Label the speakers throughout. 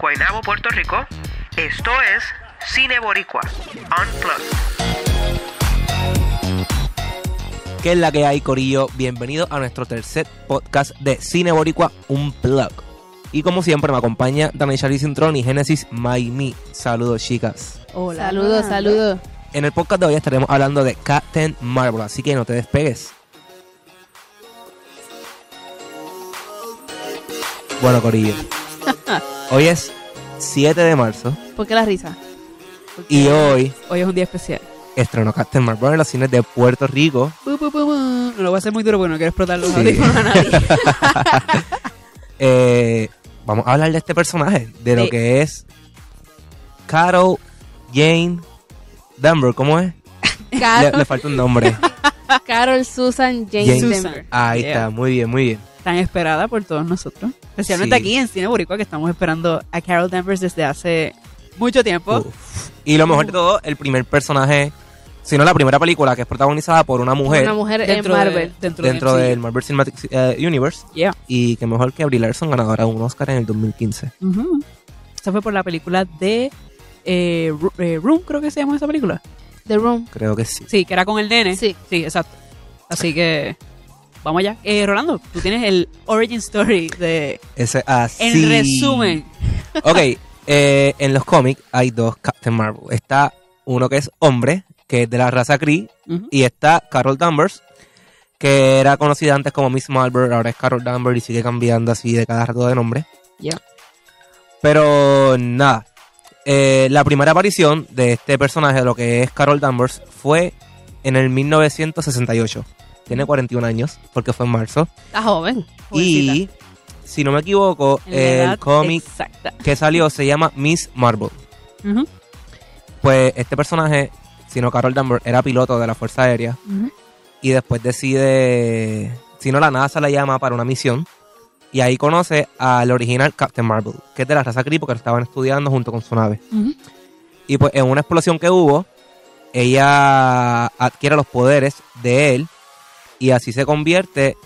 Speaker 1: Guaynabo, Puerto Rico. Esto es Cine Boricua, Unplugged.
Speaker 2: ¿Qué es la que hay, Corillo? Bienvenido a nuestro tercer podcast de Cine Boricua, un plug. Y como siempre, me acompaña Dani Charlie Cintrón y Genesis Miami. Saludos, chicas.
Speaker 3: Hola.
Speaker 4: Saludos, saludos.
Speaker 2: En el podcast de hoy estaremos hablando de Captain Marvel, así que no te despegues. Bueno, Corillo. Hoy es 7 de marzo
Speaker 4: ¿Por qué la risa?
Speaker 2: y hoy
Speaker 3: Hoy es un día especial.
Speaker 2: estrenó Captain Marvel en los cines de Puerto Rico.
Speaker 3: Bu, bu, bu, bu. No lo voy a hacer muy duro porque no quiero explotar los
Speaker 2: Sí.
Speaker 3: audífonos a nadie.
Speaker 2: Eh, vamos a hablar de este personaje, de lo
Speaker 3: Sí.
Speaker 2: que es Carol Jane Denver, ¿cómo es? Le,
Speaker 4: Carol,
Speaker 2: le falta un nombre.
Speaker 4: Carol Susan
Speaker 2: Jane
Speaker 4: Jane Denver.
Speaker 3: Susan.
Speaker 2: Ahí
Speaker 3: Yeah.
Speaker 2: está, muy bien, muy bien.
Speaker 3: Tan esperada por todos nosotros. Especialmente
Speaker 2: Sí.
Speaker 3: aquí en Cine Boricua, que estamos esperando a Carol Danvers desde hace mucho tiempo.
Speaker 2: Uf. Y lo mejor de todo, el primer personaje, si no la primera película que es protagonizada por una mujer
Speaker 4: Una mujer en
Speaker 3: dentro de-
Speaker 4: Marvel.
Speaker 3: dentro,
Speaker 2: dentro
Speaker 3: de
Speaker 2: del Marvel Cinematic eh, Universe.
Speaker 3: Yeah.
Speaker 2: Y que mejor que Brie Larson, ganadora de un Oscar en el 2015.
Speaker 3: Ujú. Eso fue por la película de eh, Ru- eh, Room, creo que se llama esa película.
Speaker 4: The Room.
Speaker 2: Creo que sí.
Speaker 3: Sí, que era con el nene.
Speaker 4: Sí.
Speaker 3: Sí, exacto. Así que vamos allá. Eh, Rolando, tú tienes el origin story de...
Speaker 2: Ese,
Speaker 3: En
Speaker 2: así.
Speaker 3: resumen,
Speaker 2: Ok, eh, en los cómics hay dos Captain Marvel. Está uno que es hombre, que es de la raza Kree,
Speaker 3: Ujú.
Speaker 2: y está Carol Danvers, que era conocida antes como Miss Marvel, ahora es Carol Danvers y sigue cambiando así de cada rato de nombre.
Speaker 3: Ya.
Speaker 2: Pero nada, eh, la primera aparición de este personaje, lo que es Carol Danvers, fue en el 1968.
Speaker 3: Mm.
Speaker 2: Tiene 41 años, porque fue en marzo.
Speaker 4: Está joven.
Speaker 2: Y, si no me equivoco,
Speaker 3: en la edad
Speaker 2: el cómic
Speaker 3: Exacta.
Speaker 2: que salió se llama Miss Marvel.
Speaker 3: Ujú.
Speaker 2: Pues este personaje, sino Carol Danvers, era piloto de la Fuerza Aérea
Speaker 3: Ujú.
Speaker 2: y después decide, si no la NASA la llama para una misión y ahí conoce al original Captain Marvel, que es de la raza Kree porque lo estaban estudiando junto con su nave.
Speaker 3: Ujú.
Speaker 2: Y pues en una explosión que hubo, ella adquiere los poderes de él y así se convierte,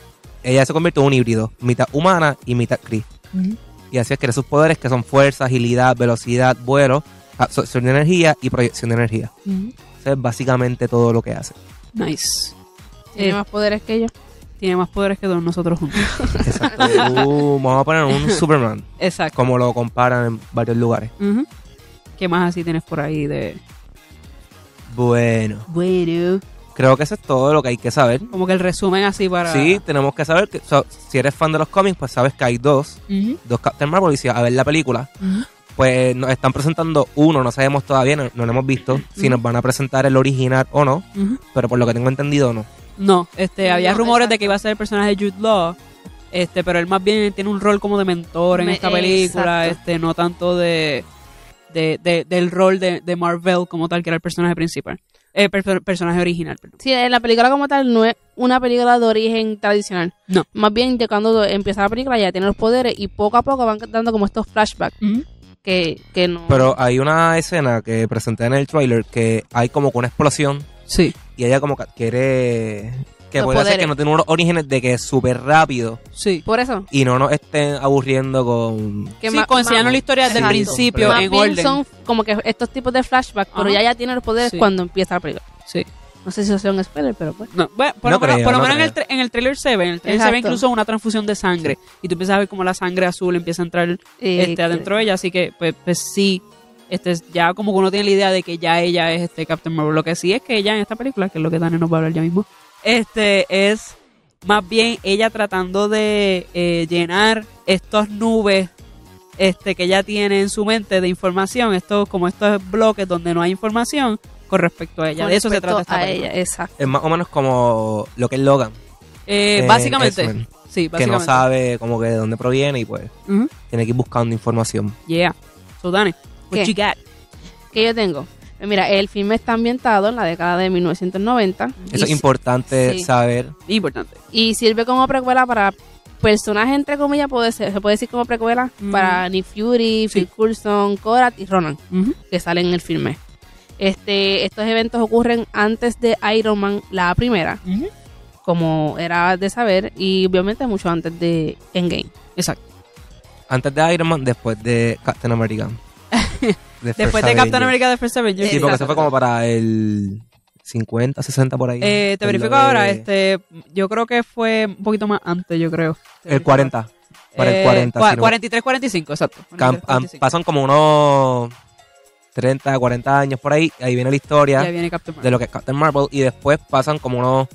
Speaker 2: ella se convierte en un híbrido, mitad humana y mitad Kree.
Speaker 3: Ujú.
Speaker 2: Y así adquiere sus poderes que son fuerza, agilidad, velocidad, vuelo, absorción de energía y proyección de energía. Eso es básicamente todo lo que hace.
Speaker 3: Nice.
Speaker 4: Tiene
Speaker 3: Eh,
Speaker 4: más poderes que yo.
Speaker 3: Tiene más poderes que todos nosotros juntos.
Speaker 2: Exacto. Uh, vamos a poner un Superman,
Speaker 3: Exacto.
Speaker 2: como lo comparan en varios lugares.
Speaker 3: Ujú. ¿Qué más así tienes por ahí de...?
Speaker 2: Bueno,
Speaker 3: Bueno.
Speaker 2: creo que eso es todo lo que hay que saber.
Speaker 3: Como que el resumen así para...
Speaker 2: Sí, tenemos que saber que so, si eres fan de los cómics, pues sabes que hay dos,
Speaker 3: Ujú.
Speaker 2: dos Captain Marvel y si vas a ver la película,
Speaker 3: Ujú.
Speaker 2: pues nos están presentando uno, no sabemos todavía, no, no lo hemos visto, si nos van a presentar el original o no,
Speaker 3: Ujú.
Speaker 2: pero por lo que tengo entendido no.
Speaker 3: No, este, había
Speaker 4: No,
Speaker 3: rumores de
Speaker 4: exacto.
Speaker 3: que iba a ser el personaje de Jude Law, este, pero él más bien tiene un rol como de mentor en
Speaker 4: Me-
Speaker 3: esta película,
Speaker 4: exacto.
Speaker 3: este, no tanto de, de- de- del rol de, de Marvel como tal, que era el personaje principal. Eh, per- per- personaje original, perdón.
Speaker 4: Sí, eh, la película como tal no es una película de origen tradicional.
Speaker 3: No.
Speaker 4: Más bien de cuando empieza la película ya tiene los poderes y poco a poco van dando como estos flashbacks que, que no...
Speaker 2: Pero hay una escena que presenté en el trailer que hay como que una explosión
Speaker 3: Sí,
Speaker 2: y ella como que adquiere que
Speaker 4: Los
Speaker 2: puede ser
Speaker 4: poderes.
Speaker 2: que no tiene unos orígenes de que es súper rápido
Speaker 3: sí.
Speaker 4: Por eso.
Speaker 2: y no nos estén aburriendo con
Speaker 4: Que
Speaker 3: sí,
Speaker 4: ma-
Speaker 3: como
Speaker 4: ma-
Speaker 3: enseñando la historia desde el
Speaker 4: Exacto.
Speaker 3: principio
Speaker 4: más
Speaker 3: en
Speaker 4: bien
Speaker 3: orden.
Speaker 4: son como que estos tipos de flashbacks, pero
Speaker 3: Ajá.
Speaker 4: ya ya tiene los poderes
Speaker 3: Sí.
Speaker 4: cuando empieza la película.
Speaker 3: Sí.
Speaker 4: No sé si eso sea un spoiler, pero pues.
Speaker 3: No, bueno, por
Speaker 2: No
Speaker 3: lo menos,
Speaker 2: creo,
Speaker 3: por lo
Speaker 2: no
Speaker 3: menos en, el
Speaker 2: creo.
Speaker 3: tra- en el trailer se ve, en el trailer se ve
Speaker 4: Exacto.
Speaker 3: incluso una transfusión de sangre y tú empiezas a ver como la sangre azul empieza a entrar
Speaker 4: eh,
Speaker 3: este, adentro de ella, así que pues, pues sí, este, es- ya como que uno tiene la idea de que ya ella es este Captain Marvel. Lo que sí es que ella en esta película, que es lo que Dani nos va a hablar ya mismo, este es más bien ella tratando de eh, llenar estas nubes este, que ella tiene en su mente de información, estos, como estos bloques donde no hay información con respecto a ella.
Speaker 4: con
Speaker 3: de eso se
Speaker 4: respecto
Speaker 3: trata esta
Speaker 4: a
Speaker 3: película.
Speaker 4: ella, exacto.
Speaker 2: es más o menos como lo que es Logan
Speaker 3: Eh,
Speaker 2: en
Speaker 3: básicamente,
Speaker 2: X-Men,
Speaker 3: sí, básicamente.
Speaker 2: que no sabe como que de dónde proviene y pues
Speaker 3: Ujú.
Speaker 2: tiene que ir buscando información
Speaker 3: Yeah. So, Dani, what
Speaker 4: ¿Qué?
Speaker 3: you got?
Speaker 4: ¿Qué yo tengo? Pues mira, el filme está ambientado en la década de 1990
Speaker 2: eso es
Speaker 4: y,
Speaker 2: importante
Speaker 4: sí.
Speaker 2: saber
Speaker 3: Importante.
Speaker 4: y sirve como precuela para personajes, entre comillas, puede ser- se puede decir como precuela
Speaker 3: Ujú.
Speaker 4: para Nick Fury,
Speaker 3: Sí.
Speaker 4: Phil Coulson, Korat y Ronan,
Speaker 3: Ujú.
Speaker 4: que salen en el filme. Este, estos eventos ocurren antes de Iron Man, la primera,
Speaker 3: Ujú.
Speaker 4: como era de saber, y obviamente mucho antes de Endgame.
Speaker 3: Exacto.
Speaker 2: antes de Iron Man, después de Captain America. The
Speaker 3: Después
Speaker 2: First
Speaker 3: de Captain
Speaker 2: Avenger.
Speaker 3: America de First Avenger.
Speaker 2: Sí, porque eso
Speaker 3: Exacto.
Speaker 2: fue como para el 50, 60 por ahí.
Speaker 3: Eh, te
Speaker 2: Es lo
Speaker 3: verifico
Speaker 2: de-
Speaker 3: ahora, este, yo creo que fue un poquito más antes, yo creo. Te
Speaker 2: El
Speaker 3: verifico
Speaker 2: 40.
Speaker 3: ahora.
Speaker 2: para el
Speaker 3: Eh,
Speaker 2: 40,
Speaker 3: cua-
Speaker 2: si no-
Speaker 3: 43, 45, exacto.
Speaker 2: Cam-
Speaker 3: 43,
Speaker 2: am-
Speaker 3: 45.
Speaker 2: pasan como unos 30, 40 años por ahí. Ahí viene la historia
Speaker 3: Ya viene Captain America.
Speaker 2: de lo que es Captain Marvel. Y después pasan como unos.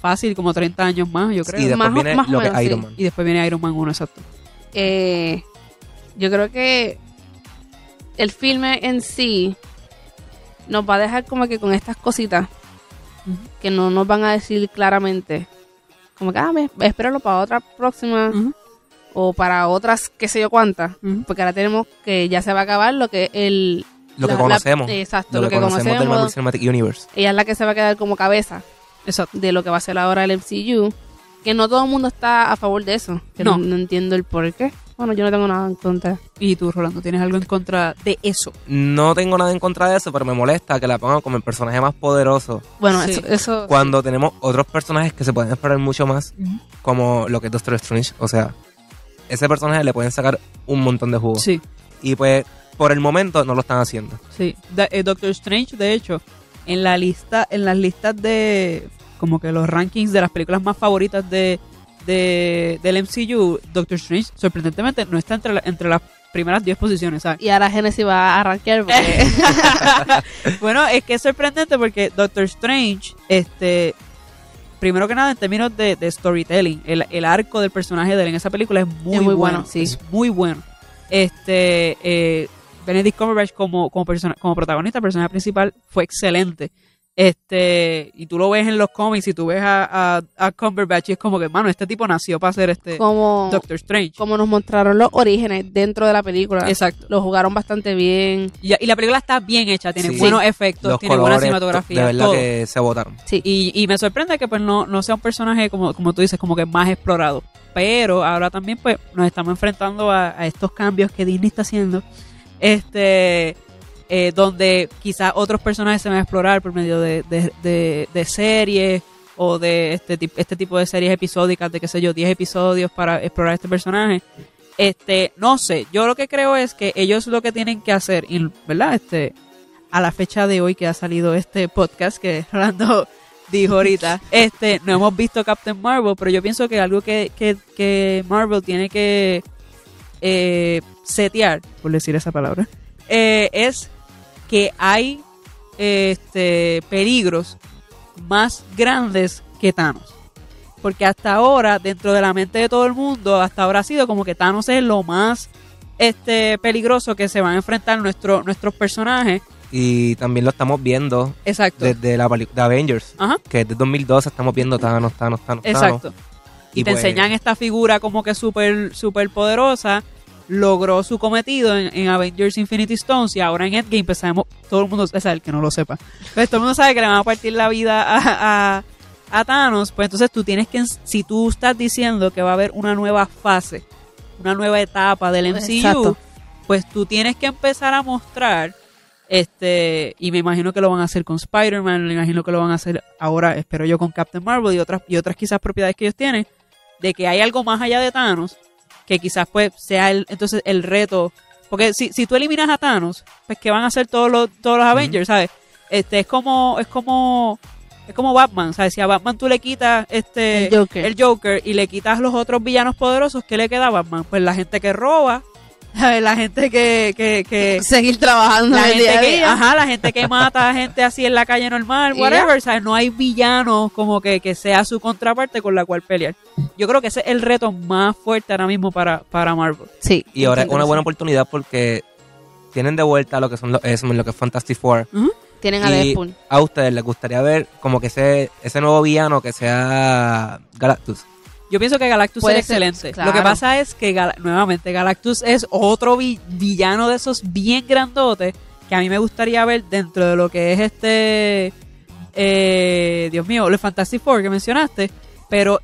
Speaker 3: Fácil, como 30 años más, yo creo.
Speaker 2: Y
Speaker 3: Y,
Speaker 2: después
Speaker 4: Más o-
Speaker 2: viene
Speaker 4: más o
Speaker 2: lo que
Speaker 4: menos,
Speaker 2: es Iron
Speaker 4: sí.
Speaker 2: Man.
Speaker 3: después viene Iron Man 1, exacto.
Speaker 4: Eh, yo creo que el filme en sí nos va a dejar como que con estas cositas
Speaker 3: Ujú.
Speaker 4: que no nos van a decir claramente. Como que, ah, me- espéralo para otra próxima
Speaker 3: Ujú.
Speaker 4: o para otras qué sé yo cuántas.
Speaker 3: Ujú.
Speaker 4: Porque ahora tenemos que ya se va a acabar lo que el...
Speaker 2: Lo que
Speaker 4: la- la-
Speaker 2: conocemos.
Speaker 4: exacto,
Speaker 2: Lo que conocemos del Marvel Cinematic Universe.
Speaker 4: ella es la que se va a quedar como cabeza
Speaker 3: Exacto.
Speaker 4: de lo que va a ser ahora el MCU. Que no todo el mundo está a favor de eso. que
Speaker 3: No.
Speaker 4: no. no entiendo el por qué. Bueno, yo no tengo nada en contra.
Speaker 3: Y tú, Rolando, ¿tienes algo en contra de eso?
Speaker 2: No tengo nada en contra de eso, pero me molesta que la pongan como el personaje más poderoso.
Speaker 4: Bueno,
Speaker 3: Sí.
Speaker 4: eso, eso-
Speaker 2: Cuando tenemos otros personajes que se pueden esperar mucho más, como lo que es Doctor Strange. O sea, ese personaje le pueden sacar un montón de jugo.
Speaker 3: Sí,
Speaker 2: Y pues, por el momento, no lo están haciendo.
Speaker 3: sí. Da- eh, Doctor Strange, de hecho, en la lista, en las listas de como que los rankings de las películas más favoritas de, de- del MCU, Doctor Strange, sorprendentemente, no está entre, la- entre las primeras 10 posiciones, ¿sabes?
Speaker 4: Y ahora Genesis va a arranquear porque
Speaker 3: Eh, bueno, es que es sorprendente porque Doctor Strange, este, primero que nada en términos de, de storytelling, el, el arco del personaje de él en esa película es muy,
Speaker 4: Es muy
Speaker 3: bueno,
Speaker 4: bueno, sí.
Speaker 3: es muy bueno. Este, eh, Benedict Cumberbatch como como persona, como protagonista, personaje principal, fue excelente. Este, y tú lo ves en los cómics y tú ves a, a, a Cumberbatch y es como que, mano, este tipo nació para ser este
Speaker 4: como,
Speaker 3: Doctor Strange.
Speaker 4: como nos mostraron los orígenes dentro de la película.
Speaker 3: Exacto.
Speaker 4: Lo jugaron bastante bien.
Speaker 3: Y, y la película está bien hecha, tiene
Speaker 2: Sí.
Speaker 3: buenos efectos,
Speaker 2: Los
Speaker 3: tiene buena
Speaker 2: colores,
Speaker 3: cinematografía.
Speaker 2: de verdad
Speaker 3: todo.
Speaker 2: que se votaron.
Speaker 3: Y, y me sorprende que pues no, no sea un personaje, como, como tú dices, como que más explorado. Pero ahora también pues nos estamos enfrentando a, a estos cambios que Disney está haciendo. Este, eh, donde quizás otros personajes se van a explorar por medio de, de- de- de series o de este, tip- este tipo de series episódicas de, qué sé yo, 10 episodios para explorar este personaje. Este, no sé, yo lo que creo es que ellos lo que tienen que hacer, y, ¿verdad? Este, a la fecha de hoy que ha salido este podcast que Rolando dijo ahorita, este, no hemos visto Captain Marvel, pero yo pienso que algo que, que, que Marvel tiene que eh, setear, por decir esa palabra, eh, es que hay este, peligros más grandes que Thanos. Porque hasta ahora, dentro de la mente de todo el mundo, hasta ahora ha sido como que Thanos es lo más este peligroso que se van a enfrentar nuestro, nuestros personajes.
Speaker 2: Y también lo estamos viendo
Speaker 3: Exacto.
Speaker 2: desde la película de Avengers,
Speaker 3: Ajá.
Speaker 2: que desde 2012 estamos viendo Thanos, Thanos, Thanos, Thanos.
Speaker 3: Exacto. Y, te
Speaker 2: pues,
Speaker 3: enseñan este esta figura como que súper super poderosa. Logró su cometido en, en Avengers Infinity Stones y ahora en Endgame pues sabemos, todo el mundo, o sea, el que no lo sepa, pues todo el mundo sabe que le van a partir la vida a, a- a Thanos, pues entonces tú tienes que, si tú estás diciendo que va a haber una nueva fase, una nueva etapa del MCU,
Speaker 4: Exacto.
Speaker 3: pues tú tienes que empezar a mostrar, este, y me imagino que lo van a hacer con Spider-Man, me imagino que lo van a hacer ahora, espero yo, con Captain Marvel y otras, y otras quizás propiedades que ellos tienen, de que hay algo más allá de Thanos, que quizás pues sea el, entonces el reto, porque si, si tú eliminas a Thanos, pues que van a hacer todos los, todos los Avengers, ¿sabes? Este, es como, es como, es como Batman, ¿sabes? Si a Batman tú le quitas este
Speaker 4: El Joker.
Speaker 3: el Joker y le quitas los otros villanos poderosos, ¿qué le queda a Batman? Pues la gente que roba, la gente que... que, que
Speaker 4: Seguir trabajando
Speaker 3: la
Speaker 4: el
Speaker 3: gente,
Speaker 4: día a
Speaker 3: que,
Speaker 4: día.
Speaker 3: ajá, la gente que mata a gente así en la calle normal,
Speaker 4: Y
Speaker 3: whatever, ¿sabes? No hay villanos como que, que sea su contraparte con la cual pelear. Yo creo que ese es el reto más fuerte ahora mismo para, para Marvel.
Speaker 4: Sí.
Speaker 2: Y ahora es
Speaker 3: Entonces,
Speaker 2: una buena
Speaker 3: sí.
Speaker 2: oportunidad porque tienen de vuelta lo que son los X-Men, lo que es Fantastic Four.
Speaker 4: Tienen a
Speaker 2: Y-
Speaker 4: Deadpool.
Speaker 2: A ustedes les gustaría ver como que ese, ese nuevo villano que sea Galactus.
Speaker 3: Yo pienso que Galactus
Speaker 4: Puede
Speaker 3: es
Speaker 4: ser,
Speaker 3: excelente.
Speaker 4: claro.
Speaker 3: Lo que pasa es que, Gal- nuevamente, Galactus es otro vi- villano de esos bien grandotes que a mí me gustaría ver dentro de lo que es este. eh, Dios mío, el Fantastic Four que mencionaste. Pero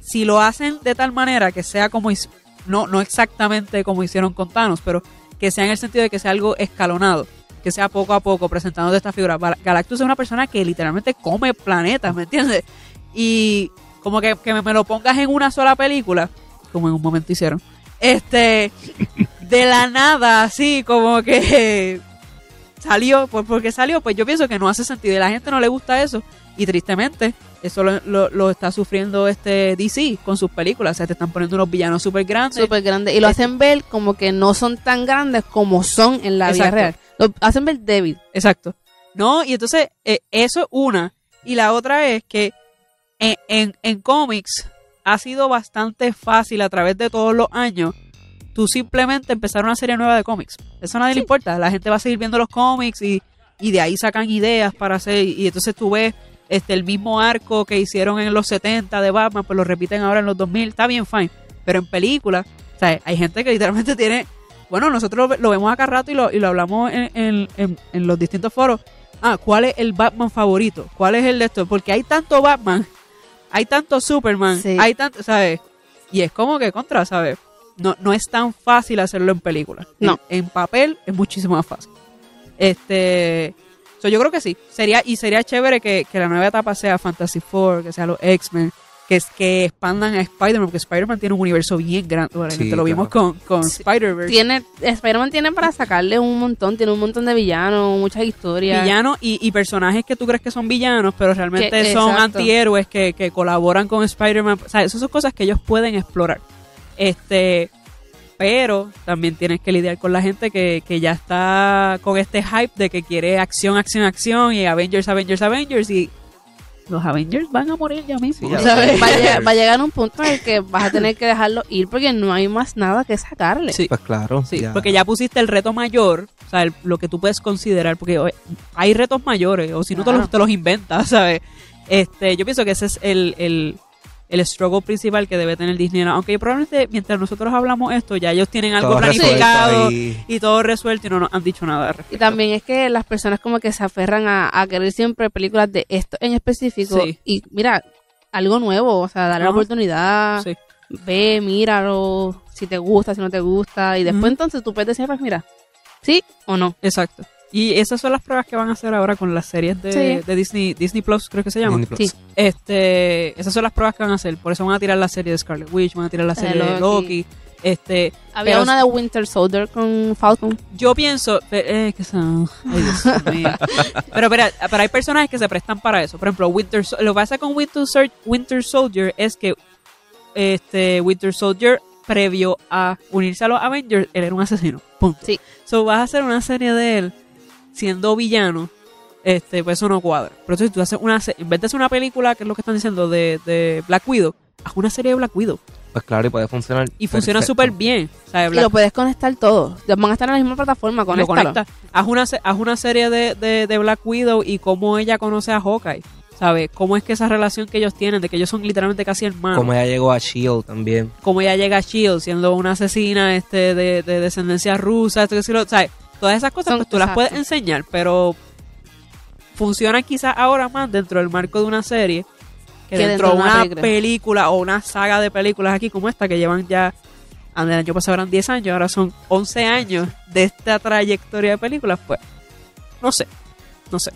Speaker 3: si lo hacen de tal manera que sea como. his- No, no exactamente como hicieron con Thanos, pero que sea en el sentido de que sea algo escalonado. Que sea poco a poco presentándote esta figura. Gal- Galactus es una persona que literalmente come planetas, ¿me entiendes? Y como que, que me, me lo pongas en una sola película, como en un momento hicieron, Este, de la nada, así como que salió, pues porque salió, pues yo pienso que no hace sentido. Y a la gente no le gusta eso. Y tristemente, eso lo, lo- lo está sufriendo este DC con sus películas. O sea, te están poniendo unos villanos súper grandes.
Speaker 4: súper grande y lo hacen ver como que no son tan grandes como son en la vida
Speaker 3: Exacto.
Speaker 4: real. Lo hacen ver débil.
Speaker 3: Exacto. No, y entonces eh, eso es una. Y la otra es que en, en, en cómics ha sido bastante fácil a través de todos los años tú simplemente empezar una serie nueva de cómics. Eso a nadie le importa. La gente va a seguir viendo los cómics y, y de ahí sacan ideas para hacer. Y entonces tú ves este, el mismo arco que hicieron en los 70 de Batman, pues lo repiten ahora en los 2000. Está bien, fine. Pero en películas, o sea, hay gente que literalmente tiene bueno, nosotros lo, lo vemos acá rato y lo, y lo hablamos en, en- en- en los distintos foros. Ah, ¿cuál es el Batman favorito? ¿Cuál es el de esto? Porque hay tanto Batman, hay tanto Superman,
Speaker 4: Sí.
Speaker 3: hay tanto, ¿sabes? Y es como que contra, ¿sabes? No, no es tan fácil hacerlo en película.
Speaker 4: No.
Speaker 3: En, en papel es muchísimo más fácil. Este. so, yo creo que sí. Sería, y sería chévere que, que la nueva etapa sea Fantasy Four, que sea los X-Men, que, es- que expandan a Spider-Man, porque Spider-Man tiene un universo bien grande. Bueno,
Speaker 2: Sí,
Speaker 3: lo vimos con, con
Speaker 4: Sí.
Speaker 3: Spider-Verse.
Speaker 4: Tiene, Spider-Man tiene para sacarle un montón, tiene un montón de villanos, muchas historias.
Speaker 3: villanos y, y personajes que tú crees que son villanos, pero realmente
Speaker 4: Que-
Speaker 3: son
Speaker 4: exacto.
Speaker 3: antihéroes que, que colaboran con Spider-Man. O sea, esas son cosas que ellos pueden explorar. Este, pero también tienes que lidiar con la gente que, que ya está con este hype de que quiere acción, acción, acción y Avengers, Avengers, Avengers y los Avengers van a morir ya mismo.
Speaker 2: Sí, ya
Speaker 3: O sea,
Speaker 2: ¿Sabes?
Speaker 4: Va, a llegar, va a llegar un punto en el que vas a tener que dejarlo ir porque no hay más nada que sacarle.
Speaker 3: sí.
Speaker 2: Pues claro.
Speaker 3: Sí, porque ya pusiste el reto mayor, o sea, el- lo que tú puedes considerar, porque oye, hay retos mayores, o si no te
Speaker 4: Claro.
Speaker 3: los, te los inventas, ¿sabes? Este, yo pienso que ese es el, el, el struggle principal que debe tener Disney. Aunque probablemente mientras nosotros hablamos esto, ya ellos tienen algo
Speaker 2: Todo resuelto
Speaker 3: planificado
Speaker 2: ahí.
Speaker 3: y todo resuelto y no nos han dicho nada. al respecto.
Speaker 4: Y también es que las personas como que se aferran a, a querer siempre películas de esto en específico.
Speaker 3: Sí.
Speaker 4: Y mira, algo nuevo, o sea, darle la
Speaker 3: Ajá.
Speaker 4: oportunidad,
Speaker 3: Sí.
Speaker 4: ve, míralo, si te gusta, si no te gusta. Y después
Speaker 3: Ujú.
Speaker 4: entonces tú puedes decir, pues mira, sí o no.
Speaker 3: Exacto. Y esas son las pruebas que van a hacer ahora con las series de,
Speaker 4: Sí.
Speaker 3: de Disney, Disney Plus, creo que se llama.
Speaker 2: Disney Plus.
Speaker 4: Sí.
Speaker 3: Este, esas son las pruebas que van a hacer. Por eso van a tirar la serie de Scarlet Witch, van a tirar la
Speaker 4: de
Speaker 3: serie
Speaker 4: Loki.
Speaker 3: de Loki. Este,
Speaker 4: Había
Speaker 3: Pero-
Speaker 4: una de Winter Soldier con Falcon.
Speaker 3: yo pienso eh, que son- ay, Dios mío. pero, espera, pero hay personajes que se prestan para eso por ejemplo Winter Sol- lo que pasa con Winter, Sol- Winter Soldier es que este Winter Soldier previo a unirse a los Avengers él era un asesino punto
Speaker 4: Sí.
Speaker 3: so vas a hacer una serie de él siendo villano este pues eso no cuadra pero entonces tú haces una se- en vez de hacer una película que es lo que están diciendo de, de Black Widow haz una serie de Black Widow
Speaker 2: Pues claro, y puede funcionar.
Speaker 3: y funciona
Speaker 2: perfecto.
Speaker 3: súper bien o sea,
Speaker 4: Y
Speaker 3: Black
Speaker 4: lo puedes conectar todo. Van a estar en la misma plataforma,
Speaker 3: lo
Speaker 4: conéctalo.
Speaker 3: conecta. Haz una, se- haz una serie de, de- de Black Widow y cómo ella conoce a Hawkeye. ¿Sabes? Cómo es que esa relación que ellos tienen, de que ellos son literalmente casi hermanos.
Speaker 2: Como ya llegó a Shield también.
Speaker 3: Cómo ella llega a S.H.I.E.L.D. siendo una asesina este, de, de descendencia rusa. Esto, que sí lo- ¿sabes? Todas esas cosas
Speaker 4: Son-
Speaker 3: pues, tú las
Speaker 4: exacto.
Speaker 3: puedes enseñar, pero funciona quizás ahora más dentro del marco de una serie que, dentro, de una película. o una saga de películas aquí como esta que llevan ya el año pasado eran 10 años, ahora son 11 años de esta trayectoria de películas, pues no sé, no sé.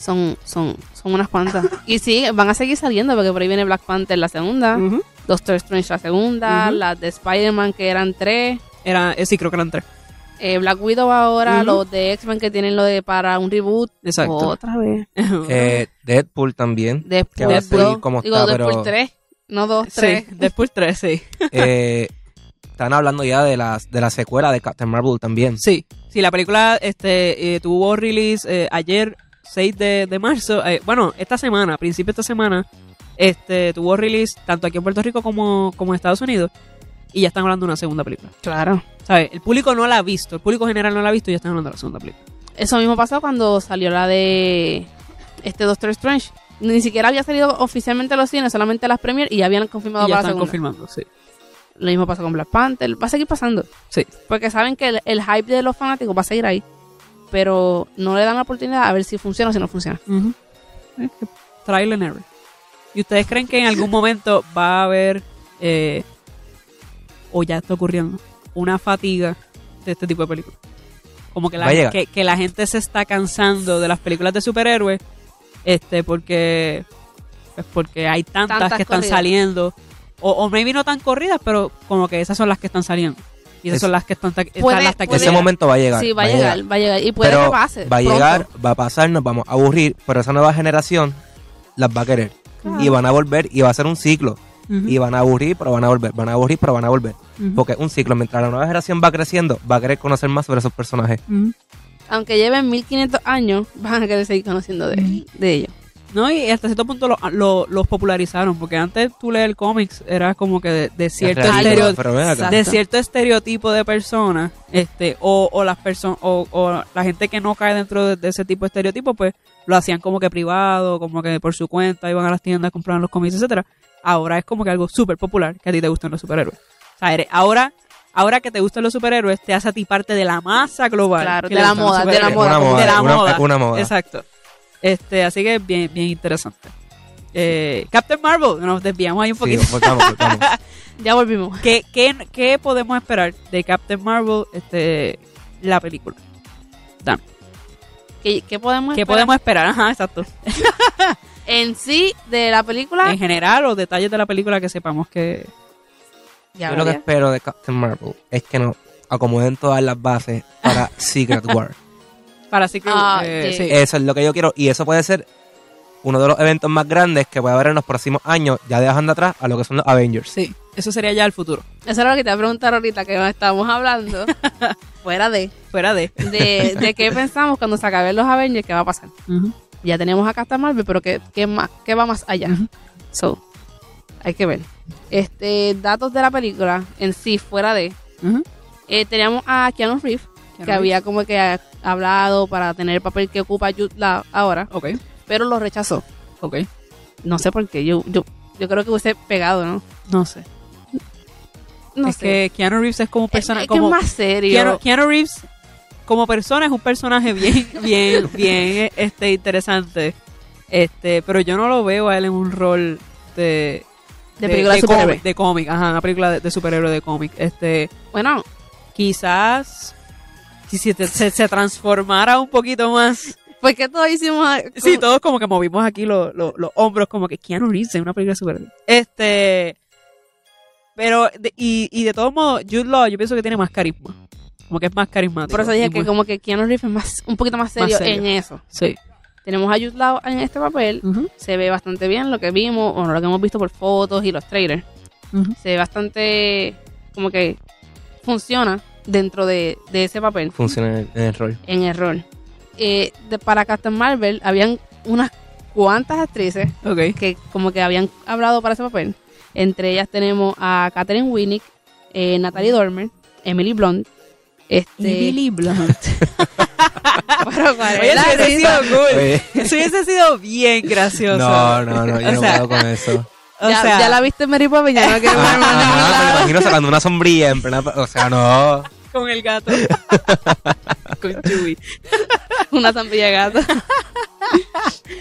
Speaker 4: Son, son, son unas cuantas. y sí, van a seguir saliendo porque por ahí viene Black Panther la
Speaker 3: Ah.
Speaker 4: segunda, Doctor Strange la segunda,
Speaker 3: Mm. Ujú.
Speaker 4: las de Spider-Man que eran tres,
Speaker 3: Era, eh, sí, creo que eran tres.
Speaker 4: eh, Black Widow ahora,
Speaker 3: Ujú.
Speaker 4: los de X-Men que tienen lo de para un reboot.
Speaker 3: Exacto.
Speaker 4: Otra vez.
Speaker 2: Eh, Deadpool también. Que va a
Speaker 4: Después
Speaker 2: seguir
Speaker 4: dos,
Speaker 2: como
Speaker 4: digo,
Speaker 2: está,
Speaker 4: después
Speaker 2: pero-
Speaker 4: tres, no dos,
Speaker 3: sí,
Speaker 4: tres.
Speaker 3: después tres, sí.
Speaker 2: Eh, están hablando ya de la, de la secuela de Captain Marvel también.
Speaker 3: Sí, sí, la película este, eh, tuvo release eh, ayer, 6 de, de marzo. eh, bueno, esta semana, a principio de esta semana, este, tuvo release tanto aquí en Puerto Rico como, como en Estados Unidos. Y ya están hablando de una segunda película.
Speaker 4: Claro.
Speaker 3: ¿Sabes? El público no la ha visto, el público general no la ha visto y ya están hablando de la segunda película.
Speaker 4: Eso mismo pasó cuando salió la de este Doctor Strange. Ni siquiera había salido oficialmente a los cines, solamente a las premiers y ya habían confirmado
Speaker 3: Y ya
Speaker 4: para la
Speaker 3: están
Speaker 4: segunda.
Speaker 3: confirmando, sí.
Speaker 4: Lo mismo pasó con Black Panther. Va a seguir pasando.
Speaker 3: Sí.
Speaker 4: Porque saben que el, el hype de los fanáticos va a seguir ahí. Pero no le dan la oportunidad a ver si funciona o si no funciona.
Speaker 3: Ujú. Eh, que- Trial and error. ¿Y ustedes creen que en algún momento va a haber, eh, o ya está ocurriendo, una fatiga de este tipo de películas? Como que
Speaker 2: Va a
Speaker 3: la,
Speaker 2: llegar.
Speaker 3: que, que la gente se está cansando de las películas de superhéroes, este, porque, pues porque hay tantas,
Speaker 4: Tantas
Speaker 3: que están
Speaker 4: corridas.
Speaker 3: saliendo O, o maybe no tan corridas, pero como que esas son las que están saliendo. Y esas
Speaker 2: Es-
Speaker 3: son las que están, ta- están
Speaker 4: Puede-
Speaker 3: las taquilleras.
Speaker 2: Ese momento va a llegar.
Speaker 4: Sí, va a llegar, va a llegar. Y puede
Speaker 2: Pero
Speaker 4: que pase.
Speaker 2: va a
Speaker 4: pronto.
Speaker 2: llegar, va a pasar, nos vamos a aburrir, pero esa nueva generación las va a querer.
Speaker 3: Claro.
Speaker 2: Y van a volver y va a ser un ciclo.
Speaker 3: Ujú,
Speaker 2: Y van a aburrir, pero van a volver. Van a aburrir, pero van a volver.
Speaker 3: ujú,
Speaker 2: Porque es un ciclo. Mientras la nueva generación va creciendo, va a querer conocer más sobre esos personajes.
Speaker 3: ujú.
Speaker 4: Aunque lleven 1500 años, van a querer seguir conociendo de, de ellos.
Speaker 3: No, y hasta cierto punto lo- lo- los popularizaron, porque antes tú leer cómics era como que de, de cierto
Speaker 2: Es ridículo,
Speaker 3: estereotipo.
Speaker 2: pero ven acá.
Speaker 3: de
Speaker 4: Exacto.
Speaker 3: cierto estereotipo de persona, este, o, o las personas, o, o la gente que no cae dentro de, de ese tipo de estereotipo, pues lo hacían como que privado, como que por su cuenta, iban a las tiendas, compraban los cómics, etcétera. Ahora es como que algo súper popular que a ti te gustan los superhéroes. O sea, eres- ahora, ahora que te gustan los superhéroes, te hace a ti parte de la masa global.
Speaker 4: Claro,
Speaker 3: que
Speaker 4: de
Speaker 3: le
Speaker 4: la
Speaker 3: gustan los
Speaker 4: moda, de la
Speaker 3: superhéroes.
Speaker 4: moda,
Speaker 2: una
Speaker 4: como-
Speaker 2: moda.
Speaker 3: de la
Speaker 2: una,
Speaker 3: moda.
Speaker 2: una moda.
Speaker 3: Exacto. Este, así que bien, bien interesante. Eh, Captain Marvel, nos desviamos ahí un
Speaker 2: Sí,
Speaker 3: poquito.
Speaker 2: voltamos, voltamos.
Speaker 4: Ya volvimos.
Speaker 3: ¿Qué, qué, qué podemos esperar de Captain Marvel, este, la película?
Speaker 4: ¿Qué, qué podemos
Speaker 3: ¿Qué
Speaker 4: esperar?
Speaker 3: podemos esperar? Ajá, exacto.
Speaker 4: En sí, de la película.
Speaker 3: En general, o detalles de la película que sepamos que...
Speaker 4: Ya,
Speaker 2: Yo lo que
Speaker 4: ya.
Speaker 2: espero de Captain Marvel es que nos acomoden todas las bases para Secret War.
Speaker 3: Para así que...
Speaker 4: Ah,
Speaker 3: eh,
Speaker 4: sí.
Speaker 3: sí.
Speaker 2: Eso es lo que yo quiero. Y eso puede ser uno de los eventos más grandes que puede haber en los próximos años, ya dejando atrás a lo que son los Avengers.
Speaker 3: Sí, eso sería ya el futuro.
Speaker 4: Eso era lo que te iba a preguntar ahorita que estábamos hablando. fuera de,
Speaker 3: Fuera de...
Speaker 4: de. De qué pensamos cuando se acaben los Avengers, qué va a pasar. Ya tenemos acá hasta Marvel, pero ¿qué, qué, más, qué va más allá?
Speaker 3: Ujú.
Speaker 4: So, hay que ver. Este, datos de la película en sí, fuera de.
Speaker 3: Ujú.
Speaker 4: Eh, teníamos a Keanu Reeves, que
Speaker 3: Keanu
Speaker 4: había como que ha- hablado para tener el papel que ocupa Jude Law ahora,
Speaker 3: Ok,
Speaker 4: pero lo rechazó.
Speaker 3: ok.
Speaker 4: No sé por qué. Yo, yo, yo creo que hubiese pegado, ¿no?
Speaker 3: No sé.
Speaker 4: No
Speaker 3: es
Speaker 4: sé.
Speaker 3: que Keanu Reeves es como un personaje...
Speaker 4: es, que
Speaker 3: como...
Speaker 4: es más serio.
Speaker 3: Keanu, Keanu Reeves como persona es un personaje bien, bien, bien este, interesante. Este, pero yo no lo veo a él en un rol de,
Speaker 4: De película de superhéroe.
Speaker 3: cómic, de cómic, ajá, una película de, de superhéroe de cómic. Este,
Speaker 4: Bueno,
Speaker 3: quizás si se, se- se transformara un poquito más.
Speaker 4: ¿por qué todos hicimos.
Speaker 3: Sí, todos como que movimos aquí lo- lo- los hombros, como que Keanu Reeves en una película de superhéroe. Este, pero, de- y, y de todos modos, Jude Law yo pienso que tiene más carisma. Como que es más carismático.
Speaker 4: Por eso
Speaker 3: y
Speaker 4: dije que
Speaker 3: más-
Speaker 4: como que Keanu Reeves es más, un poquito más serio,
Speaker 3: serio.
Speaker 4: en eso.
Speaker 3: Sí.
Speaker 4: Tenemos a Jude Law en este papel.
Speaker 3: Ujú,
Speaker 4: Se ve bastante bien lo que vimos, o lo que hemos visto por fotos y los trailers.
Speaker 3: ujú.
Speaker 4: Se ve bastante como que funciona dentro de, de ese papel,
Speaker 2: Funciona en el, en el rol.
Speaker 4: en el rol. Eh, de- para Captain Marvel habían unas cuantas actrices
Speaker 3: Ok.
Speaker 4: que como que habían hablado para ese papel. Entre ellas tenemos a Katherine Winnick, eh, Natalie Dormer, Emily Blunt, este... Pero, ¿cuál es
Speaker 3: Oye,
Speaker 4: la
Speaker 3: eso hubiese
Speaker 4: risa?
Speaker 3: sido cool.
Speaker 2: Oye,
Speaker 3: Eso hubiese sido bien gracioso.
Speaker 2: No, no, no, yo
Speaker 3: O
Speaker 2: no
Speaker 3: sea,
Speaker 2: puedo con eso.
Speaker 3: o
Speaker 4: ya,
Speaker 3: sea,
Speaker 4: ya la viste en Mary Poppins, ya no quiero
Speaker 2: Ajá,
Speaker 4: ver más nada.
Speaker 2: ajá, me imagino sacando una sombrilla en plena. O sea, no.
Speaker 3: con el gato. con Chewie.
Speaker 4: Una zampilla de gato.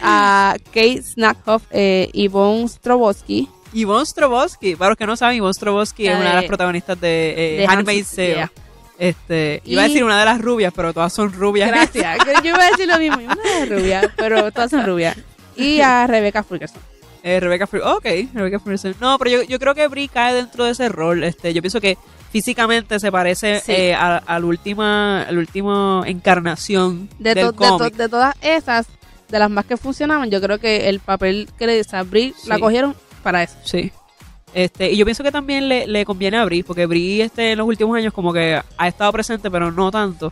Speaker 4: a Kate Snackhoff eh, y Von Strobotsky.
Speaker 3: Y Monstrobosky, para los que no saben, Monstrobosky es
Speaker 4: La
Speaker 3: una de
Speaker 4: de-
Speaker 3: las protagonistas de, eh,
Speaker 4: de
Speaker 3: Handmaid's
Speaker 4: Hands-
Speaker 3: Tale.
Speaker 4: yeah.
Speaker 3: Este, iba a
Speaker 4: Y-
Speaker 3: decir una de las rubias, pero todas son rubias.
Speaker 4: Gracias. que Yo iba a decir lo mismo. Una es rubia, pero todas son rubias. Y a Rebecca Ferguson.
Speaker 3: Eh, Rebecca Ferg- Ok, Rebecca Ferguson. No, pero yo, yo creo que Brie cae dentro de ese rol. Este, yo pienso que físicamente se parece
Speaker 4: Sí.
Speaker 3: eh, a, a la última, a la última encarnación
Speaker 4: De,
Speaker 3: del
Speaker 4: to- de, to-
Speaker 3: cómic.
Speaker 4: de todas esas, de las más que funcionaban, yo creo que el papel que le desabrí la
Speaker 3: Sí.
Speaker 4: cogieron para eso.
Speaker 3: Sí. Este, y yo pienso que también le, le conviene a Brie, porque Brie este, en los últimos años como que ha estado presente, pero no tanto.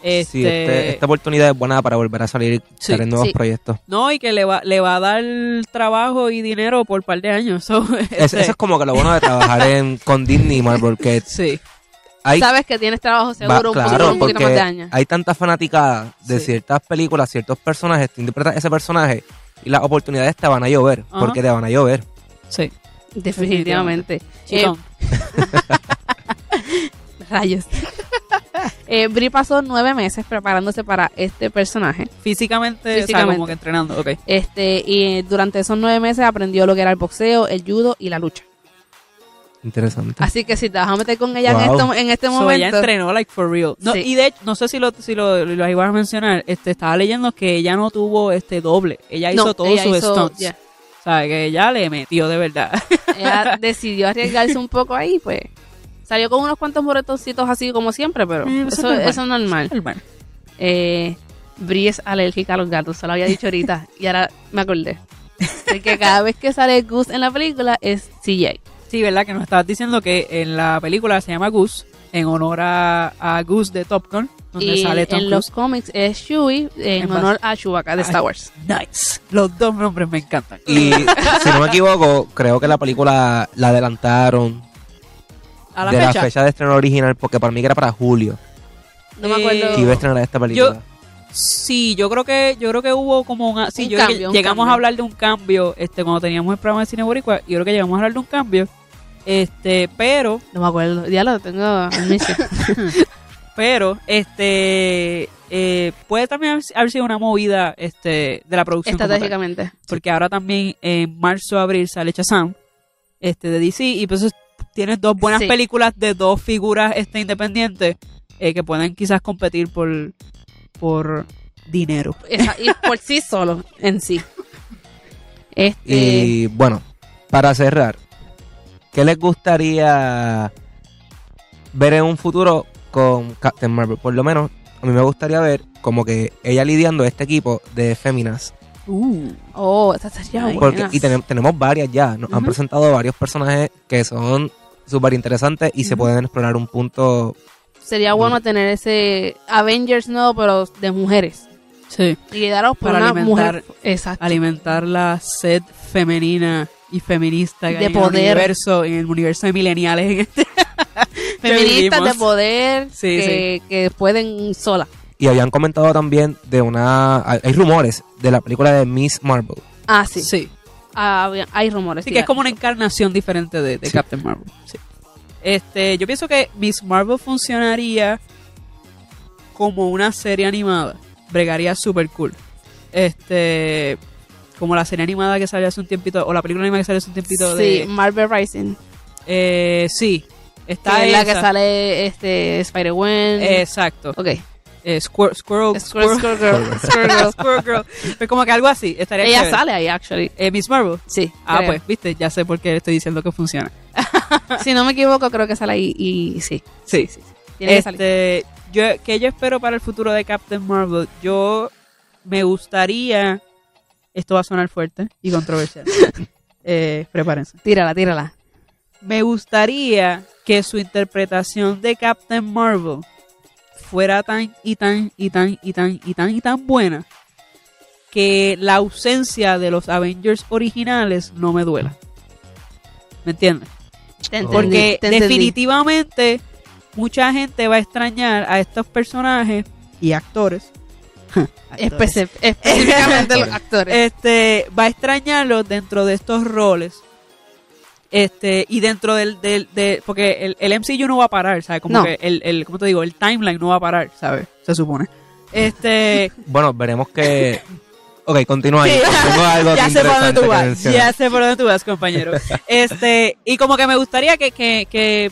Speaker 3: Este,
Speaker 2: Sí, este- esta oportunidad es buena para volver a salir y
Speaker 3: Sí,
Speaker 2: tener nuevos
Speaker 4: sí.
Speaker 2: proyectos.
Speaker 3: No, y que le va, le va a dar trabajo y dinero por un par de años. so, este,
Speaker 2: Es- eso es como que lo bueno de trabajar en, con Disney y Marvel, que
Speaker 3: Sí,
Speaker 2: hay
Speaker 4: Sabes que tienes trabajo
Speaker 2: Va-
Speaker 4: seguro, un, poquito-
Speaker 2: claro,
Speaker 4: un poquito más
Speaker 2: porque
Speaker 4: de años.
Speaker 2: Hay tanta fanaticada de
Speaker 3: Sí.
Speaker 2: ciertas películas, ciertos personajes, te interpretas ese personaje y las oportunidades te van a llover,
Speaker 3: Ajá.
Speaker 2: porque te van a llover.
Speaker 3: sí.
Speaker 4: Definitivamente.
Speaker 3: Chicón.
Speaker 4: Rayos. eh, Brie pasó nueve meses preparándose para este personaje.
Speaker 3: físicamente, o sea,
Speaker 4: físicamente.
Speaker 3: como que entrenando, ok.
Speaker 4: Este, y eh, durante esos nueve meses aprendió lo que era el boxeo, el judo y la lucha.
Speaker 2: Interesante.
Speaker 4: Así que si te vas a meter con ella en,
Speaker 2: Wow.
Speaker 4: esto- en este
Speaker 3: So, ella
Speaker 4: momento.
Speaker 3: entrenó, like, for real. No,
Speaker 4: Sí.
Speaker 3: Y de hecho, no sé si lo, si lo, lo ibas a mencionar, este, estaba leyendo que ella no tuvo este doble. Ella hizo
Speaker 4: no,
Speaker 3: todos
Speaker 4: ella
Speaker 3: sus
Speaker 4: hizo-
Speaker 3: stunts.
Speaker 4: yeah.
Speaker 3: O ¿Sabes? Que ella le metió de verdad.
Speaker 4: Ella decidió arriesgarse un poco ahí, pues. Salió con unos cuantos moretoncitos así como siempre, pero
Speaker 3: Mm,
Speaker 4: eso,
Speaker 3: eso es normal.
Speaker 4: eso es normal.
Speaker 3: Normal.
Speaker 4: Eh, Brie es alérgica a los gatos, se lo había dicho ahorita y ahora me acordé. De que cada vez que sale Gus en la película es CJ.
Speaker 3: Sí, ¿verdad? Que nos estabas diciendo que en la película se llama Goose, en honor a, a Goose de Top Gun, donde
Speaker 4: Y
Speaker 3: sale Tom
Speaker 4: en los
Speaker 3: Cruise.
Speaker 4: cómics es Chewie eh,
Speaker 3: En
Speaker 4: en honor a Chewbacca de
Speaker 3: Ay.
Speaker 4: Star Wars.
Speaker 3: Nice. Los dos nombres me encantan.
Speaker 2: Y si no me equivoco, creo que la película la adelantaron
Speaker 3: A la
Speaker 2: de
Speaker 3: fecha.
Speaker 2: la fecha de estreno original, porque para mí que era para julio
Speaker 4: No me
Speaker 3: Eh,
Speaker 4: acuerdo.
Speaker 2: que iba a estrenar esta película.
Speaker 3: Sí, yo creo que yo creo que hubo como una, sí,
Speaker 4: Un
Speaker 3: yo creo que
Speaker 4: cambio, un
Speaker 3: llegamos
Speaker 4: cambio.
Speaker 3: a hablar de un cambio este cuando teníamos el programa de cine boricua, yo creo que llegamos a hablar de un cambio. Este, pero
Speaker 4: No me acuerdo. Ya lo tengo en mi chip.
Speaker 3: pero este eh, puede también haber- haber sido una movida este de la producción como tal.
Speaker 4: estratégicamente.
Speaker 3: porque ahora también en marzo abril sale Shazam este de DC y pues tienes dos buenas
Speaker 4: Sí.
Speaker 3: películas de dos figuras este independientes eh, que pueden quizás competir por por dinero
Speaker 4: Esa- y por sí solo, en sí. Este,
Speaker 2: Y
Speaker 3: Eh.
Speaker 2: bueno, para cerrar, ¿qué les gustaría ver en un futuro con Captain Marvel? Por lo menos, a mí me gustaría ver como que ella lidiando este equipo de féminas.
Speaker 4: oh, esa sería
Speaker 3: Ay,
Speaker 2: Porque,
Speaker 4: buena.
Speaker 2: y tenem- tenemos varias ya, nos han
Speaker 3: Ah, Ujú.
Speaker 2: presentado varios personajes que son súper interesantes y se
Speaker 3: Ujú.
Speaker 2: pueden explorar un punto.
Speaker 4: Sería bueno tener ese Avengers nuevo, pero de mujeres.
Speaker 3: sí
Speaker 4: Y lidaros por
Speaker 3: Para
Speaker 4: una
Speaker 3: alimentar-
Speaker 4: mujer. Exacto.
Speaker 3: alimentar la sed femenina y feminista que
Speaker 4: De
Speaker 3: hay en el
Speaker 4: poder.
Speaker 3: universo en el universo de mileniales en este que
Speaker 4: Feministas de
Speaker 3: vivimos.
Speaker 4: poder
Speaker 3: Sí,
Speaker 4: que, que pueden sola.
Speaker 2: Y habían comentado también de una. Hay, hay rumores de la película de Miss Marvel.
Speaker 4: Ah,
Speaker 3: sí,
Speaker 4: sí.
Speaker 3: sí.
Speaker 4: Ah, bien, hay rumores.
Speaker 3: Así que es como una encarnación diferente de, de
Speaker 2: Sí.
Speaker 3: Captain Marvel. sí. Este, yo pienso que Miss Marvel funcionaría como una serie animada. Bregaría super cool. Este, como la serie animada que salió hace un tiempito, o la película animada que salió hace un tiempito
Speaker 4: Sí,
Speaker 3: de.
Speaker 4: Marvel Rising.
Speaker 3: eh, sí, está
Speaker 4: que es la que
Speaker 3: esa.
Speaker 4: sale este, Spider-Gwen.
Speaker 3: Exacto.
Speaker 4: ok.
Speaker 3: Eh, Squir- Squirrel,
Speaker 4: Squirrel,
Speaker 3: Squirrel-
Speaker 4: Squirrel Girl. Squirrel Girl.
Speaker 3: Squirrel Girl. Pero como que algo así. Estaría
Speaker 4: Ella
Speaker 3: chévere.
Speaker 4: sale ahí, actually.
Speaker 3: Eh, Miss Marvel.
Speaker 4: Sí.
Speaker 3: Ah,
Speaker 4: creo.
Speaker 3: pues, viste, ya sé por qué estoy diciendo que funciona.
Speaker 4: Si no me equivoco, creo que sale ahí y sí.
Speaker 3: Sí.
Speaker 4: Tiene que salir.
Speaker 3: este, yo, que yo espero para el futuro de Captain Marvel, yo me gustaría, esto va a sonar fuerte y controversial, eh, prepárense.
Speaker 4: Tírala, tírala.
Speaker 3: Me gustaría que su interpretación de Captain Marvel fuera tan y tan y tan y tan y tan y tan buena que la ausencia de los Avengers originales no me duela. ¿Me entiendes?
Speaker 4: Te entendí,
Speaker 3: Porque
Speaker 4: te entendí.
Speaker 3: definitivamente mucha gente va a extrañar a estos personajes y actores. Actores.
Speaker 4: Especif- específicamente los actores. Eh,
Speaker 3: Este, va a extrañarlos dentro de estos roles. Este, y dentro del, del- de- porque el, el MCU no va a parar, ¿sabes? Como
Speaker 4: No.
Speaker 3: que el, el, ¿cómo te digo? El timeline no va a parar, ¿sabes? Se supone. Este,
Speaker 2: Bueno, veremos que. Ok, continúa ahí.
Speaker 3: pues
Speaker 2: Tengo algo
Speaker 3: ya
Speaker 2: aquí
Speaker 3: sé por
Speaker 2: interesante
Speaker 3: dónde tú
Speaker 2: que
Speaker 3: vas,
Speaker 2: mencionar.
Speaker 3: ya sé por dónde tú vas, compañero. Este, y como que me gustaría que, que, que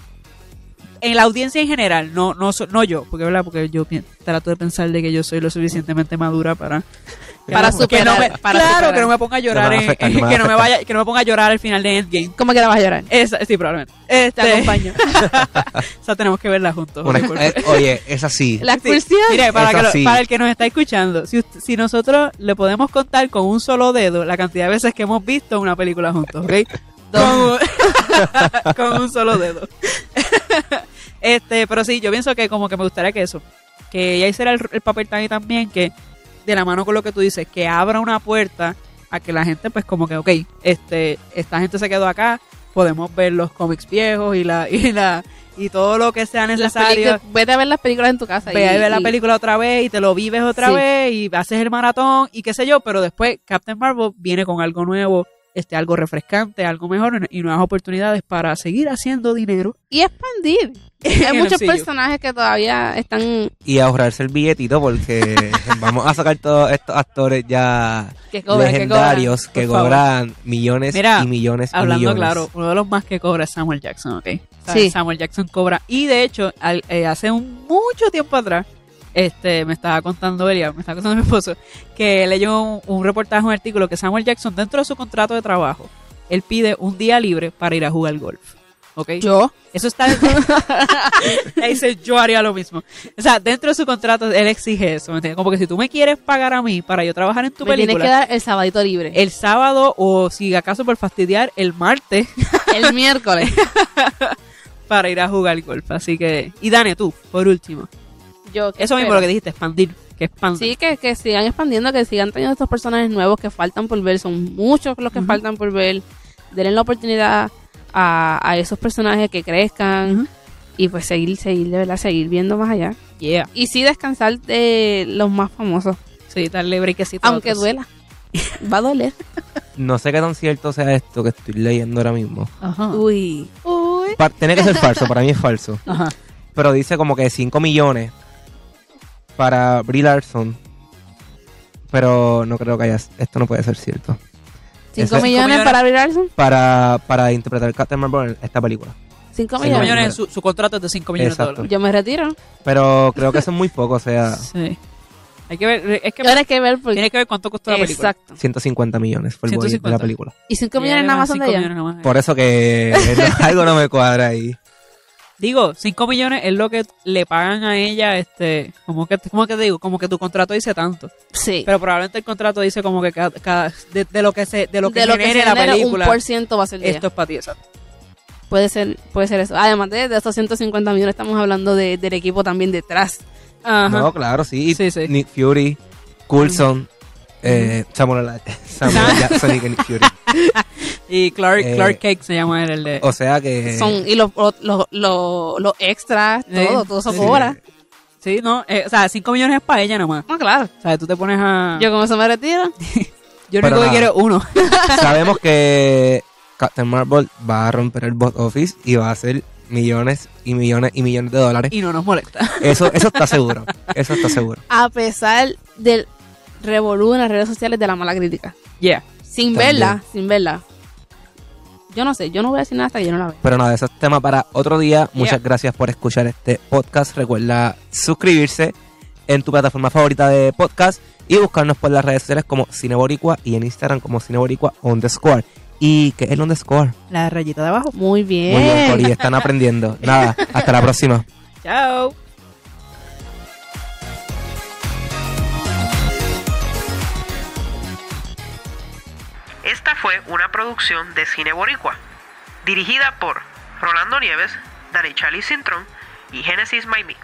Speaker 3: en la audiencia en general, no, no, so- no yo, porque verdad, porque yo pi- trato de pensar de que yo soy lo suficientemente madura para que
Speaker 4: Para
Speaker 3: no- que no
Speaker 4: superar,
Speaker 3: me-
Speaker 4: para
Speaker 3: claro,
Speaker 4: superar.
Speaker 3: que no me ponga a llorar,
Speaker 2: No me va a
Speaker 3: en-
Speaker 2: afectar, no me va a
Speaker 3: que no me
Speaker 2: afectar.
Speaker 3: vaya, que no me ponga a llorar al final de Endgame.
Speaker 4: ¿Cómo que la vas a llorar?
Speaker 3: Esa, sí, probablemente. Este,
Speaker 4: Te acompaño.
Speaker 3: o sea, tenemos que verla juntos.
Speaker 2: Una-
Speaker 3: porque-
Speaker 2: eh, oye, es así.
Speaker 4: La
Speaker 3: Sí.
Speaker 4: excursión.
Speaker 3: Mire, para,
Speaker 2: Eso
Speaker 3: que lo-
Speaker 2: sí.
Speaker 3: para el que nos está escuchando, si, usted- si nosotros le podemos contar con un solo dedo la cantidad de veces que hemos visto una película juntos, ¿ok? Con un, con un solo dedo. este, pero sí, yo pienso que como que me gustaría que eso, que ella hiciera el, el papel también, también, que de la mano con lo que tú dices, que abra una puerta a que la gente pues como que, ok, este, esta gente se quedó acá, podemos ver los cómics viejos y la, y la, y todo lo que sea
Speaker 4: Las
Speaker 3: necesario.
Speaker 4: películas- vete a ver las películas en tu casa.
Speaker 3: Ve a
Speaker 4: y-
Speaker 3: ver la
Speaker 4: y-
Speaker 3: película otra vez y te lo vives otra
Speaker 4: Sí.
Speaker 3: vez y haces el maratón y qué sé yo, pero después Captain Marvel viene con algo nuevo, este algo refrescante, algo mejor y nuevas oportunidades para seguir haciendo dinero.
Speaker 4: Y expandir. Hay
Speaker 3: En el
Speaker 4: muchos
Speaker 3: MCU.
Speaker 4: personajes que todavía están.
Speaker 2: Y ahorrarse el billetito porque vamos a sacar todos estos actores ya
Speaker 4: que cobran, que cobran.
Speaker 2: legendarios que
Speaker 3: por favor.
Speaker 2: cobran millones
Speaker 3: Mira,
Speaker 2: y millones y
Speaker 3: Hablando
Speaker 2: millones.
Speaker 3: claro, uno de los más que cobra es Samuel Jackson, ¿ok? O sea,
Speaker 4: Sí.
Speaker 3: Samuel Jackson cobra y de hecho al- eh, hace un- mucho tiempo atrás este, me estaba contando Elia, me estaba contando mi esposo, que leyó un, un reportaje, un artículo que Samuel Jackson, dentro de su contrato de trabajo, él pide un día libre para ir a jugar golf. ¿Ok?
Speaker 4: Yo,
Speaker 3: Eso está dentro. Le dice, yo haría lo mismo. O sea, dentro de su contrato, él exige eso, ¿me entiendes? Como que si tú me quieres pagar a mí para yo trabajar en tu
Speaker 4: me tienes
Speaker 3: película,
Speaker 4: que dar el sabadito libre.
Speaker 3: el sábado o si acaso por fastidiar, el martes
Speaker 4: El miércoles.
Speaker 3: para ir a jugar golf. Así que. Y Dani, tú, por último.
Speaker 4: Yo, ¿qué
Speaker 3: Eso mismo
Speaker 4: espero?
Speaker 3: lo que dijiste, expandir. Que expanda.
Speaker 4: Sí, que, que sigan expandiendo, que sigan teniendo estos personajes nuevos que faltan por ver. Son muchos los que
Speaker 3: Ujú.
Speaker 4: faltan por ver. Denle la oportunidad a, a esos personajes que crezcan
Speaker 3: Ujú.
Speaker 4: y pues seguir, seguir, de verdad, seguir viendo más allá.
Speaker 3: Yeah.
Speaker 4: Y sí descansar de los más famosos,
Speaker 3: Sí, darle brequecito. a
Speaker 4: aunque
Speaker 3: otros.
Speaker 4: duela. Va a doler.
Speaker 2: No sé qué tan cierto sea esto que estoy leyendo ahora mismo.
Speaker 3: Ajá.
Speaker 4: Uy. Uy.
Speaker 2: Pa- tiene que ser falso, para mí es falso.
Speaker 3: Ajá.
Speaker 2: Pero dice como que 5 millones para Brie Larson. Pero no creo que haya. Esto no puede ser cierto.
Speaker 4: 5
Speaker 2: Ese-
Speaker 4: millones
Speaker 3: millones.
Speaker 4: para Bill Larson.
Speaker 2: Para, para interpretar Captain Marvel en esta película.
Speaker 4: 5
Speaker 2: Cinco
Speaker 3: Cinco
Speaker 4: millones.
Speaker 3: millones, su, su contrato es de 5 millones
Speaker 2: Exacto.
Speaker 3: de
Speaker 4: Yo me retiro.
Speaker 2: Pero creo que eso es muy poco, o sea,
Speaker 3: dólares. Sí. Hay que ver, es que
Speaker 4: Ahora hay que ver
Speaker 3: tiene
Speaker 4: porque.
Speaker 3: que ver cuánto costó la película.
Speaker 4: Exacto.
Speaker 2: 150 millones fue el budget de
Speaker 3: 150.
Speaker 2: la película.
Speaker 4: Y 5
Speaker 3: Ella
Speaker 4: millones
Speaker 3: le
Speaker 4: nada
Speaker 3: dan
Speaker 4: más son de
Speaker 3: cinco
Speaker 4: ella.
Speaker 3: millones nada más.
Speaker 2: Por eso que no- algo no me cuadra ahí.
Speaker 3: Digo, 5 millones es lo que le pagan a ella, este, como que, como que te digo, como que tu contrato dice tanto.
Speaker 4: Sí.
Speaker 3: Pero probablemente el contrato dice como que cada, cada- de, de lo que se, de lo que
Speaker 4: de lo que
Speaker 3: genere
Speaker 4: se
Speaker 3: la
Speaker 4: genere,
Speaker 3: película,
Speaker 4: un por ciento va a ser de ella.
Speaker 3: esto es para ti, exacto.
Speaker 4: Puede ser, puede ser eso. Además de, de esos 150 millones, estamos hablando de- del equipo también detrás.
Speaker 3: Ajá.
Speaker 2: No, claro, sí.
Speaker 3: Sí, sí.
Speaker 2: Nick Fury, Coulson, eh, Samuel, L- Samuel Jackson y Nick Fury.
Speaker 3: Y Clark,
Speaker 2: Eh, oh.
Speaker 3: Clark Cake se llama él, el de.
Speaker 2: O sea
Speaker 3: Eh.
Speaker 2: que...
Speaker 4: Son, y los, los, los, los- los extras,
Speaker 3: Sí,
Speaker 4: todo, todo eso
Speaker 3: Eh. sí.
Speaker 4: cobra.
Speaker 3: Sí, no, eh, o sea, 5 millones es para ella nomás.
Speaker 4: No, claro.
Speaker 3: O sea, tú te pones a.
Speaker 4: Yo con eso me retiro.
Speaker 3: Yo lo
Speaker 2: Pero
Speaker 3: único que
Speaker 2: nada.
Speaker 3: quiero es uno.
Speaker 2: Sabemos que Captain Marvel va a romper el box office y va a hacer millones y millones y millones de dólares.
Speaker 3: Y no nos molesta.
Speaker 2: Eso, eso está seguro. Eso está seguro.
Speaker 4: A pesar del revolú en las redes sociales de la mala crítica.
Speaker 3: Yeah.
Speaker 4: Sin
Speaker 2: También.
Speaker 4: verla, sin verla. Yo no sé, yo no voy a decir nada hasta que yo no la vea.
Speaker 2: Pero nada, eso es tema para otro día. Muchas gracias por escuchar este podcast. Recuerda suscribirse en tu plataforma favorita de podcast y buscarnos por las redes sociales como Cineboricua y en Instagram como Cineboricua underscore. ¿Y qué es el underscore?
Speaker 3: La rayita de abajo.
Speaker 4: Muy bien.
Speaker 2: Muy bien, Cori, están aprendiendo. Nada, hasta la próxima.
Speaker 3: Chao.
Speaker 1: Esta fue una producción de Cine Boricua, dirigida por Rolando Nieves, Danichali Cintrón y Génesis Maimí.